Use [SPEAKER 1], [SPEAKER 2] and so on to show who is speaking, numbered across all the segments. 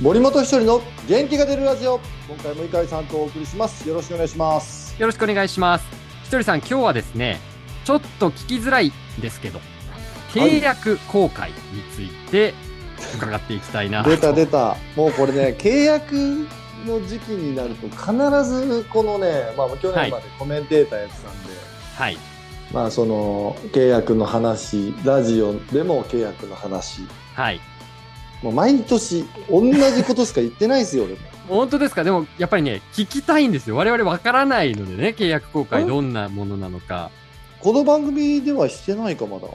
[SPEAKER 1] 森本一人の元気が出るラジオ今回も井上さんとお送りしますよろしくお願いします
[SPEAKER 2] よろしくお願いします。ひとりさん、今日はですね、ちょっと聞きづらいですけど、契約公開について伺っていきたいな。
[SPEAKER 1] 出た出たもうこれ ね契約の時期になると必ずこのねまあ去年までコメンテーターやってたんで、
[SPEAKER 2] はい。
[SPEAKER 1] まあその契約の話ラジオでも契約の話
[SPEAKER 2] はい。
[SPEAKER 1] もう毎年同じことしか言ってないですよ俺も
[SPEAKER 2] 本当ですかでも、やっぱりね、聞きたいんですよ。我々わからないのでね、契約公開どんなものなのか。
[SPEAKER 1] この番組ではしてないかまだ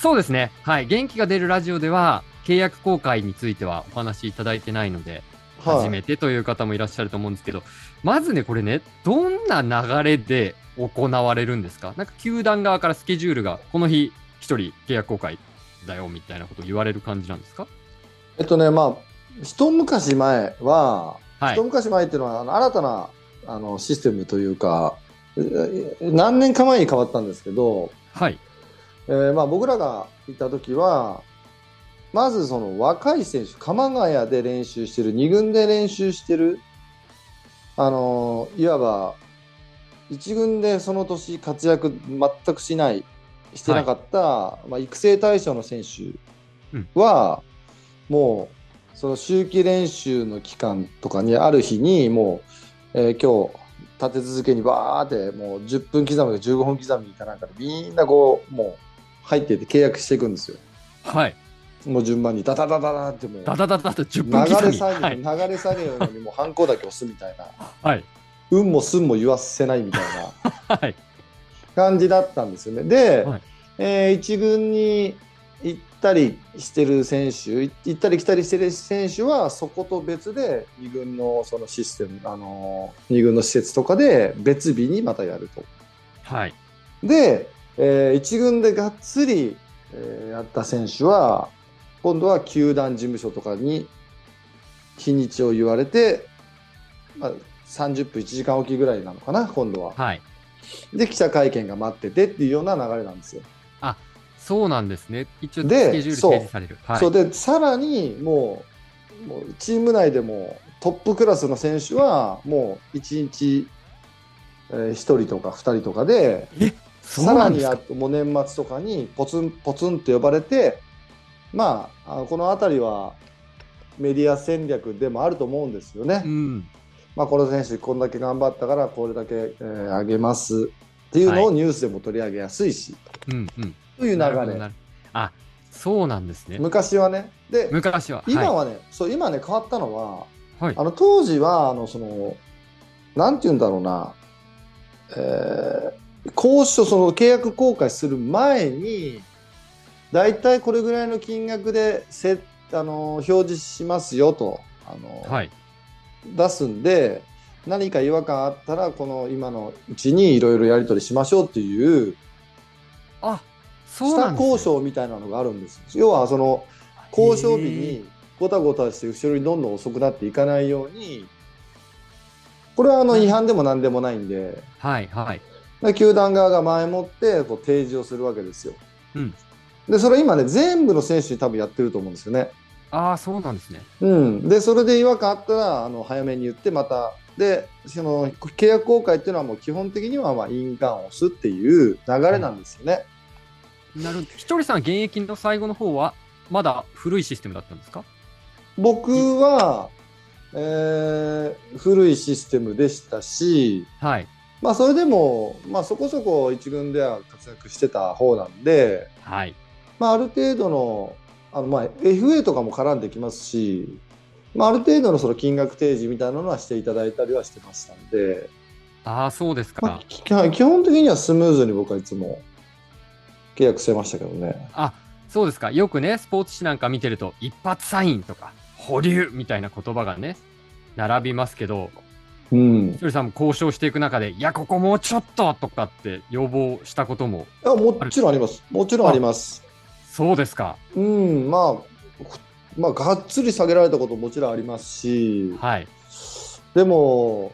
[SPEAKER 2] そうですね。はい。元気が出るラジオでは、契約公開についてはお話しいただいてないので、初めてという方もいらっしゃると思うんですけど、まずね、これね、どんな流れで行われるんですかなんか球団側からスケジュールが、この日、一人契約公開だよみたいなことを言われる感じなんですか
[SPEAKER 1] えっとねまあ一昔前は
[SPEAKER 2] はい
[SPEAKER 1] 一。昔前っていうのはあの新たなあのシステムというかえー何年か前に変わったんですけど、
[SPEAKER 2] はい。
[SPEAKER 1] えーまあ、僕らがいた時はまずその若い選手鎌ヶ谷で練習してる2軍で練習してるあのーいわば1軍でその年活躍全くしないしてなかった、まあ、育成対象の選手は、もうその秋季練習の期間とかにある日にもう、えー今日立て続けにバーってもう10分刻みか15分刻みかなんかでみんなこうもう入っていって契約していくんですよ
[SPEAKER 2] はい。
[SPEAKER 1] もう順番にダダダダダってもう
[SPEAKER 2] だだだだだ10分刻
[SPEAKER 1] 流れ
[SPEAKER 2] み。
[SPEAKER 1] 作業、
[SPEAKER 2] はい。
[SPEAKER 1] 流れ作業にもうハンコだけ押すみたいな
[SPEAKER 2] はい。
[SPEAKER 1] 運も寸も言わせないみたいな
[SPEAKER 2] はい。
[SPEAKER 1] 感じだったんですよね。で、
[SPEAKER 2] はい
[SPEAKER 1] えー一軍に行ったりしてる選手い行ったり来たりしてる選手はそこと別で二軍のそのシステム、あのー二軍の施設とかで別日にまたやると。
[SPEAKER 2] はい。
[SPEAKER 1] で、えー一軍でがっつり、えーやった選手は今度は球団事務所とかに日にちを言われて、まあ、30分1時間おきぐらいなのかな今度は。
[SPEAKER 2] はい。
[SPEAKER 1] で記者会見が待っててっていうような流れなんですよ。
[SPEAKER 2] そうなんですね。一応、ス
[SPEAKER 1] で
[SPEAKER 2] ケジュール提示される。はい
[SPEAKER 1] そう。でさらにもうもうチーム内でもトップクラスの選手はもう1日、え1人とか2人とかで
[SPEAKER 2] そう
[SPEAKER 1] さ
[SPEAKER 2] な
[SPEAKER 1] ら
[SPEAKER 2] んで
[SPEAKER 1] に
[SPEAKER 2] す
[SPEAKER 1] あ
[SPEAKER 2] か
[SPEAKER 1] ともう年末とかにポツンポツンって呼ばれてまああこの辺りはメディア戦略でもあると思うんですよね。
[SPEAKER 2] うん。
[SPEAKER 1] まあ、この選手こんだけ頑張ったからこれだけ、えー上げますっていうのをニュースでも取り上げやすいし、
[SPEAKER 2] うん。うん。
[SPEAKER 1] という流
[SPEAKER 2] なるほど
[SPEAKER 1] れ。
[SPEAKER 2] なるあ、そうなんですね。
[SPEAKER 1] 昔はねで
[SPEAKER 2] 昔は。
[SPEAKER 1] 今
[SPEAKER 2] は
[SPEAKER 1] はね、そう今ね変わったのは
[SPEAKER 2] はい
[SPEAKER 1] あの当時はあのそのなんて言うんだろうな、えー、交渉その契約更改する前にだいたいこれぐらいの金額でせあの表示しますよとあの、
[SPEAKER 2] い。はい。
[SPEAKER 1] 出すんで何か違和感あったらこの今のうちにいろいろやり取りしましょうっていう
[SPEAKER 2] あ、そうな
[SPEAKER 1] 下
[SPEAKER 2] んですね
[SPEAKER 1] 交渉みたいなのがあるんですよ要はその交渉日
[SPEAKER 2] へー
[SPEAKER 1] にごたごたして後ろにどんどん遅くなっていかないようにこれはあの違反でも何でもないんで
[SPEAKER 2] はいはい。
[SPEAKER 1] で球団側が前もってこう提示をするわけですよ。
[SPEAKER 2] うん
[SPEAKER 1] でそれ今ね全部の選手に多分やってると思うんですよね。
[SPEAKER 2] ああ、そうなんですね。
[SPEAKER 1] うん、でそれで違和感あったらあの早めに言ってまたでその契約更改っていうのはもう基本的にはまあ印鑑を押すっていう流れなんですよね。
[SPEAKER 2] なるほど。ひとりさん、現役の最後の方は、まだ古いシステムだったんですか
[SPEAKER 1] 僕は、えー古いシステムでしたし、
[SPEAKER 2] はい。
[SPEAKER 1] まあ、それでも、まあ、そこそこ一軍では活躍してた方なんで、
[SPEAKER 2] はい。
[SPEAKER 1] まあ、ある程度のあの、まあ、FA とかも絡んできますし、まあ、ある程度のその金額提示みたいなのはしていただいたりはしてましたんで、
[SPEAKER 2] ああ、そうですか。
[SPEAKER 1] まあ、き基本的にはスムーズに僕はいつも契約してましたけどね。
[SPEAKER 2] あ、そうですか。よくね、スポーツ紙なんか見てると、一発サインとか、保留みたいな言葉がね、並びますけど、
[SPEAKER 1] うん、
[SPEAKER 2] ひとりさんも交渉していく中で、いや、ここもうちょっととかって要望したことも、
[SPEAKER 1] あもちろんあります。もちろんあります。
[SPEAKER 2] そうですか。
[SPEAKER 1] うん、まあ、ふまあ、がっつり下げられたことももちろんありますし、
[SPEAKER 2] はい。
[SPEAKER 1] でも、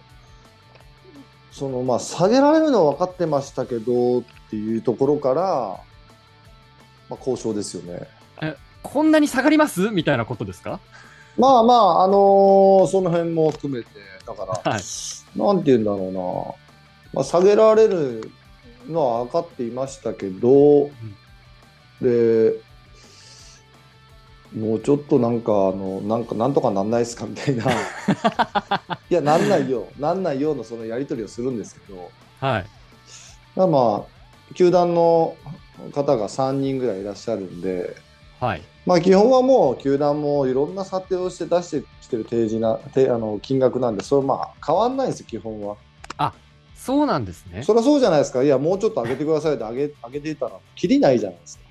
[SPEAKER 1] そのまあ、下げられるのは分かってましたけどっていうところから、まあ、交渉ですよね。
[SPEAKER 2] こんなに下がりますみたいなことですか
[SPEAKER 1] まあまあ、あのーその辺も含めて、だから、
[SPEAKER 2] はい
[SPEAKER 1] なんて言うんだろうな、まあ、下げられるのは分かっていましたけど、で、もうちょっとなんか、あのなんかなんとかなんないですかみたいな、いや、なんないよ、なんないよのそのやり取りをするんですけど、
[SPEAKER 2] はい。
[SPEAKER 1] まあまあ、球団の方が3人ぐらいいらっしゃるんで、
[SPEAKER 2] はい。
[SPEAKER 1] まあ、基本はもう球団もいろんな査定をして出してきてる提示なてあの金額なんで、それまあ変わんないんですよ、基本は。
[SPEAKER 2] そうなんですね。
[SPEAKER 1] そりゃそうじゃないですか、いや、もうちょっと上げてくださいって上げ上げてたら、きりないじゃないですか。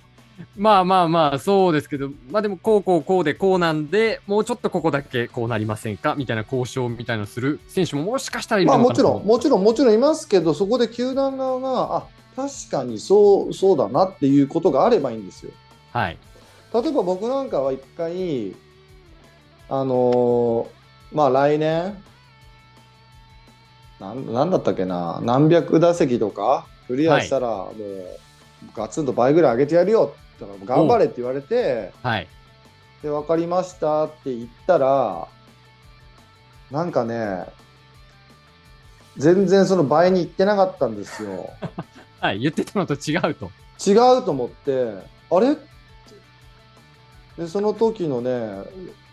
[SPEAKER 2] まあまあまあ、そうですけど、まあでも、こうこうこうでこうなんで、もうちょっとここだけこうなりませんかみたいな交渉みたいなのする選手ももしかしたらいる
[SPEAKER 1] まあ
[SPEAKER 2] の
[SPEAKER 1] も
[SPEAKER 2] かな
[SPEAKER 1] ち
[SPEAKER 2] と
[SPEAKER 1] ろん、もちろん、もちろんいますけど、そこで球団側が、あ確かにそうそうだなっていうことがあればいいんですよ。
[SPEAKER 2] はい。
[SPEAKER 1] 例えば僕なんかは一回、あのーまあ来年、なんなんだったっけな、何百打席とかクリアしたら、もうガツンと倍ぐらい上げてやるよって言ったら、頑張れって言われて、
[SPEAKER 2] はい。
[SPEAKER 1] で、分かりましたって言ったら、なんかね、全然その倍にいってなかったんですよ。
[SPEAKER 2] はい。言ってたのと違うと。
[SPEAKER 1] 違うと思ってあれでその時のね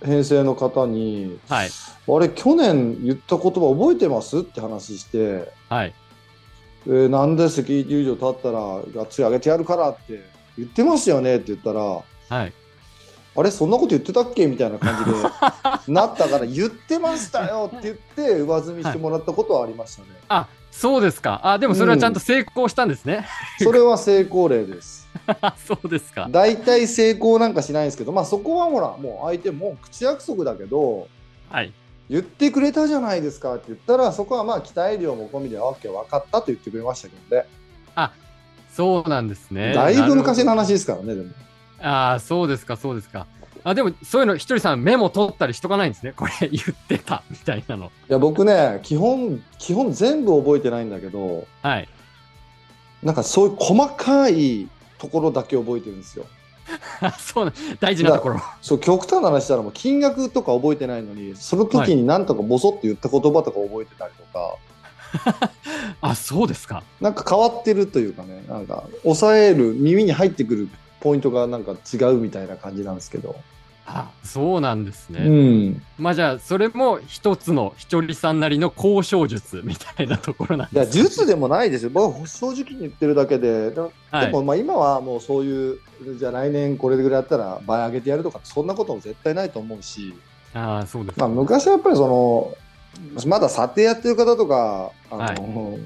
[SPEAKER 1] 編成の方に
[SPEAKER 2] はい。
[SPEAKER 1] 「あれ去年言った言葉覚えてます?」って話して
[SPEAKER 2] はい。
[SPEAKER 1] 「えーなんで関球場立ったらがっつり上げてやるから」って言ってましたよねって言ったら「
[SPEAKER 2] はい。
[SPEAKER 1] あれそんなこと言ってたっけ?」みたいな感じでなったから「言ってましたよ」って言って上積みしてもらったことはありましたね。
[SPEAKER 2] あ、そうですか。あ、でもそれはちゃんと成功したんですね。
[SPEAKER 1] それは成功例です。
[SPEAKER 2] あ そうですか。
[SPEAKER 1] 大体成功なんかしないんですけど、まあ、そこはほらもう相手も口約束だけど
[SPEAKER 2] はい。
[SPEAKER 1] 言ってくれたじゃないですかって言ったらそこはまあ期待量も込みでわけ分かったと言ってくれましたけどね、
[SPEAKER 2] そうなんですね。
[SPEAKER 1] だいぶ昔の
[SPEAKER 2] なる
[SPEAKER 1] 話ですからねでも
[SPEAKER 2] ほど。ああ、そうですか、そうですか。あ、でも、そういうの、ひとりさんメモ取ったりしとかないんですね。これ言ってた、みたいなの。
[SPEAKER 1] いや僕ね基本基本全部覚えてないんだけど
[SPEAKER 2] はい。
[SPEAKER 1] なんかそういう細かいところだけ覚えてるんですよ
[SPEAKER 2] あそうな、大事なところ。
[SPEAKER 1] そう極端な話したらもう金額とか覚えてないのにその時になんとかボソって言った言葉とか覚えてたりとか、
[SPEAKER 2] あ、そうですか。
[SPEAKER 1] なんか変わってるというかね、なんか抑える、耳に入ってくるポイントがなんか違うみたいな感じなんですけど。
[SPEAKER 2] あ、そうなんですね。
[SPEAKER 1] うん。
[SPEAKER 2] まあじゃあ、それも一つのひとりさんなりの交渉術みたいなところなん
[SPEAKER 1] いや、
[SPEAKER 2] ですね
[SPEAKER 1] 術でもないですよ。僕、正直に言ってるだけで、でも
[SPEAKER 2] は
[SPEAKER 1] で
[SPEAKER 2] い
[SPEAKER 1] も。まあ今はもうそういう、じゃあ来年これぐらいやったら倍上げてやるとか、そんなことも絶対ないと思うし、
[SPEAKER 2] ああ、そうです
[SPEAKER 1] まあ
[SPEAKER 2] か。
[SPEAKER 1] 昔はやっぱりその、まだ査定やってる方とか、あのも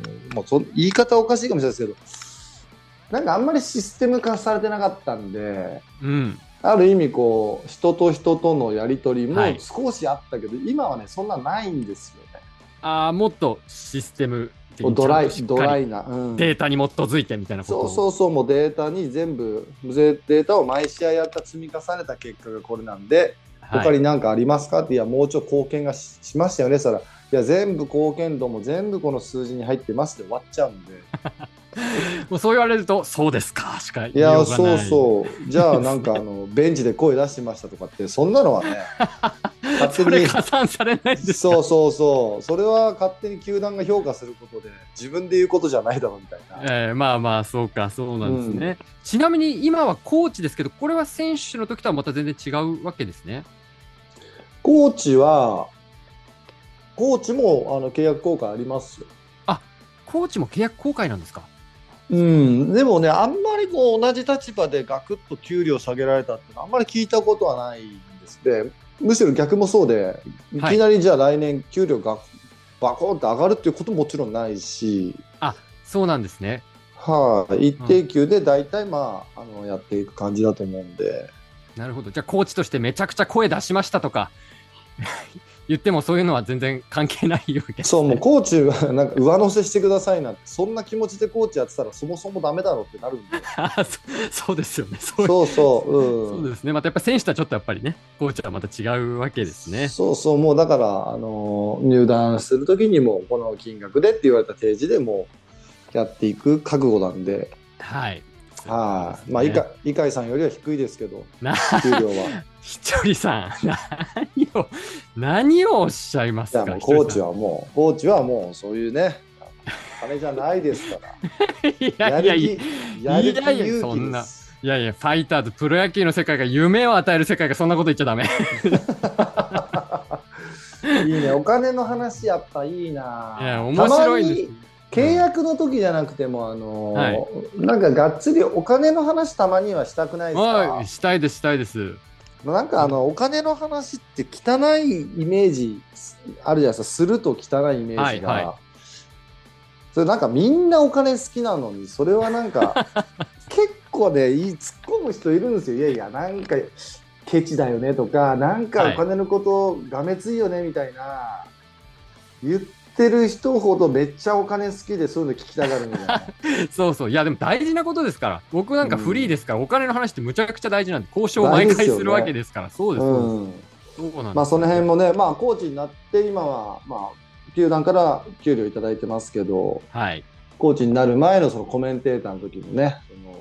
[SPEAKER 1] うそ言い方おかしいかもしれないですけど、なんかあんまりシステム化されてなかったんで、
[SPEAKER 2] うん。
[SPEAKER 1] ある意味こう人と人とのやり取りも
[SPEAKER 2] はい
[SPEAKER 1] 少しあったけど、今はねそんなないんですよね。
[SPEAKER 2] ああ、もっとシステム的に
[SPEAKER 1] ドライ
[SPEAKER 2] ちゃんと
[SPEAKER 1] ド
[SPEAKER 2] しっか
[SPEAKER 1] ラ
[SPEAKER 2] り
[SPEAKER 1] イな、うん
[SPEAKER 2] データに基づいてみたいなこ
[SPEAKER 1] そう
[SPEAKER 2] とを
[SPEAKER 1] そうそうもうデータに全部データを毎試合やった積み重ねた結果がこれなんで、
[SPEAKER 2] はい
[SPEAKER 1] 他に何かありますかっていやもうちょっと貢献がししましたよねそしたらいや全部貢献度も全部この数字に入ってますで終わっちゃうん で
[SPEAKER 2] もうそう言われると、そうですか、しか言い
[SPEAKER 1] いや
[SPEAKER 2] ようがな
[SPEAKER 1] そ
[SPEAKER 2] い。
[SPEAKER 1] うそうじゃあなんかあのベンチで声出してましたとかってそんなのはね勝
[SPEAKER 2] そ
[SPEAKER 1] 手
[SPEAKER 2] れ
[SPEAKER 1] に
[SPEAKER 2] 加算されないんです
[SPEAKER 1] そうそうそう、それは勝手に球団が評価することで、自分で言うことじゃないだろうみたいな。
[SPEAKER 2] えーまあまあ、そうか、そうなんですね。ちなみに今はコーチですけど、これは選手の時とはまた全然違うわけですね。
[SPEAKER 1] コーチは、コーチもあの契約更改ありますよ。
[SPEAKER 2] コーチも契約更改なんですか
[SPEAKER 1] うん、でもね、あんまりこう同じ立場でガクッと給料下げられたっていうのは、あんまり聞いたことはないんですで、むしろ逆もそうで、い
[SPEAKER 2] はい
[SPEAKER 1] きなりじゃあ来年、給料がバコーンって上がるっていうことももちろんないし、
[SPEAKER 2] そうなんですね。
[SPEAKER 1] はい、一定級で大体、まあ、あのやっていく感じだと思うんで。
[SPEAKER 2] なるほど。じゃあ、コーチとしてめちゃくちゃ声出しましたとか、 言ってもそういうのは全然関係ないわけです、ね。
[SPEAKER 1] そうもうコーチはなんか上乗せしてくださいなんてそんな気持ちでコーチやってたらそもそもダメだろうってなるんで
[SPEAKER 2] あ そそうですよね。そう
[SPEAKER 1] そうそう
[SPEAKER 2] そうう
[SPEAKER 1] うん
[SPEAKER 2] ですね。またやっぱ選手とはちょっとやっぱりね、コーチはまた違うわけですね。
[SPEAKER 1] そうそうもうだから、あのー入団する時にもこの金額でって言われた提示でもうやっていく覚悟なんで
[SPEAKER 2] はい。です。
[SPEAKER 1] はい、まあ、いか、いかいさんよりは低いですけど、
[SPEAKER 2] な
[SPEAKER 1] 給料 は。
[SPEAKER 2] ひとりさん、 何を、何をおっしゃいます
[SPEAKER 1] じゃ
[SPEAKER 2] か
[SPEAKER 1] あ、もう
[SPEAKER 2] ひと
[SPEAKER 1] コ
[SPEAKER 2] り
[SPEAKER 1] ーチはもう、コーチはもう、そういうね。金じゃないですか
[SPEAKER 2] さ
[SPEAKER 1] ら。
[SPEAKER 2] ん
[SPEAKER 1] や
[SPEAKER 2] いや
[SPEAKER 1] る
[SPEAKER 2] い
[SPEAKER 1] 気
[SPEAKER 2] やい
[SPEAKER 1] や
[SPEAKER 2] や、
[SPEAKER 1] る気
[SPEAKER 2] いやいや
[SPEAKER 1] 勇
[SPEAKER 2] そん
[SPEAKER 1] 気で
[SPEAKER 2] な
[SPEAKER 1] す。
[SPEAKER 2] いやいや、ファイターズ、プロ野球の世界が夢を与える世界がそんなこと言っちゃダメ。
[SPEAKER 1] いいね、お金の話やっぱいいな。
[SPEAKER 2] いや、面白いん
[SPEAKER 1] たま
[SPEAKER 2] で
[SPEAKER 1] に
[SPEAKER 2] す。
[SPEAKER 1] 契約の時じゃなくても、あのー
[SPEAKER 2] は
[SPEAKER 1] なんかがっつりお金の話たまにはしたくないですか、
[SPEAKER 2] はい、したいです、したいです。
[SPEAKER 1] なんかあのお金の話って汚いイメージあるじゃないですかすると汚いイメージが、
[SPEAKER 2] はいは
[SPEAKER 1] それなんかみんなお金好きなのにそれはなん か結構ねいい突っ込む人いるんですよいやいやなんかケチだよねとかなんか
[SPEAKER 2] はい
[SPEAKER 1] お金のことがめついよねみたいな、言ってる人ほどめっちゃお金好きでそういうの聞きたがるみたいな。
[SPEAKER 2] そうそう。いや、でも大事なことですから。僕なんかフリーですから、お金の話ってむちゃくちゃ大事なんで、交渉を毎
[SPEAKER 1] 大事で
[SPEAKER 2] 回
[SPEAKER 1] すよね
[SPEAKER 2] するわけですから。そうです。そう
[SPEAKER 1] うん
[SPEAKER 2] ですそうなんです。
[SPEAKER 1] まあその辺もね、まあコーチになって今はまあ球団から給料いただいてますけど、
[SPEAKER 2] はい。
[SPEAKER 1] コーチになる前のそのコメンテーターの時もね、その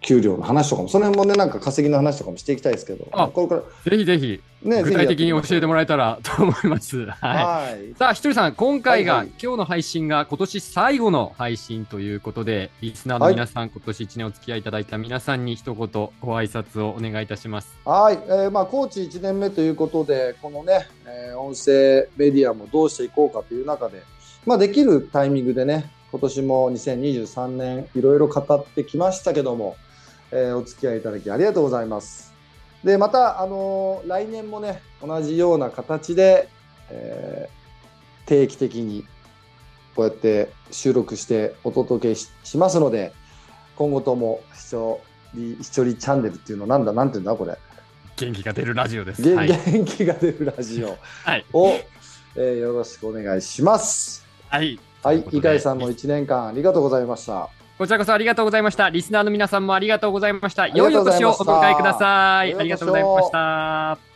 [SPEAKER 1] 給料の話とかもその辺もねなんか稼ぎの話とかもしていきたいですけど、
[SPEAKER 2] あ
[SPEAKER 1] これから
[SPEAKER 2] ぜひぜひ、
[SPEAKER 1] ね
[SPEAKER 2] 具体的に教えても
[SPEAKER 1] ら
[SPEAKER 2] らえたらと思います。はい。
[SPEAKER 1] はい。
[SPEAKER 2] さあ、ひとりさん、今回が、
[SPEAKER 1] はいはい
[SPEAKER 2] 今日の配信が今年最後の配信ということで、リスナーの皆さん、今年1年お付き合いいただいた皆さんに一言ご挨拶をお願いいたします。
[SPEAKER 1] はい、えーまあコーチ1年目ということで、このね、えー音声メディアもどうしていこうかという中で、まあできるタイミングでね、今年も2023年いろいろ語ってきましたけども、えーお付き合いいただきありがとうございます。で、また、あのー来年もね、同じような形で、えー定期的にこうやって収録してお届けししますので、今後とも視聴、視聴チャンネルっていうのなんだ、なんていうんだこれ。
[SPEAKER 2] 元気が出るラジオです。
[SPEAKER 1] 元
[SPEAKER 2] はい。
[SPEAKER 1] 元気が出るラジオ
[SPEAKER 2] はい。
[SPEAKER 1] を、えーよろしくお願いします。
[SPEAKER 2] はい。
[SPEAKER 1] はい、
[SPEAKER 2] ということで
[SPEAKER 1] 伊海さんも1年間ありがとうございました。
[SPEAKER 2] こちらこそありがとうございました。リスナーの皆さんもありがとうございました。
[SPEAKER 1] りが
[SPEAKER 2] 良い
[SPEAKER 1] とう
[SPEAKER 2] お
[SPEAKER 1] ござい
[SPEAKER 2] 年を
[SPEAKER 1] ま
[SPEAKER 2] お
[SPEAKER 1] した
[SPEAKER 2] 迎えください。あ
[SPEAKER 1] あ
[SPEAKER 2] り
[SPEAKER 1] り
[SPEAKER 2] が
[SPEAKER 1] が
[SPEAKER 2] と
[SPEAKER 1] とうご
[SPEAKER 2] うござ
[SPEAKER 1] ざ
[SPEAKER 2] い
[SPEAKER 1] い
[SPEAKER 2] ま
[SPEAKER 1] ま
[SPEAKER 2] し。
[SPEAKER 1] した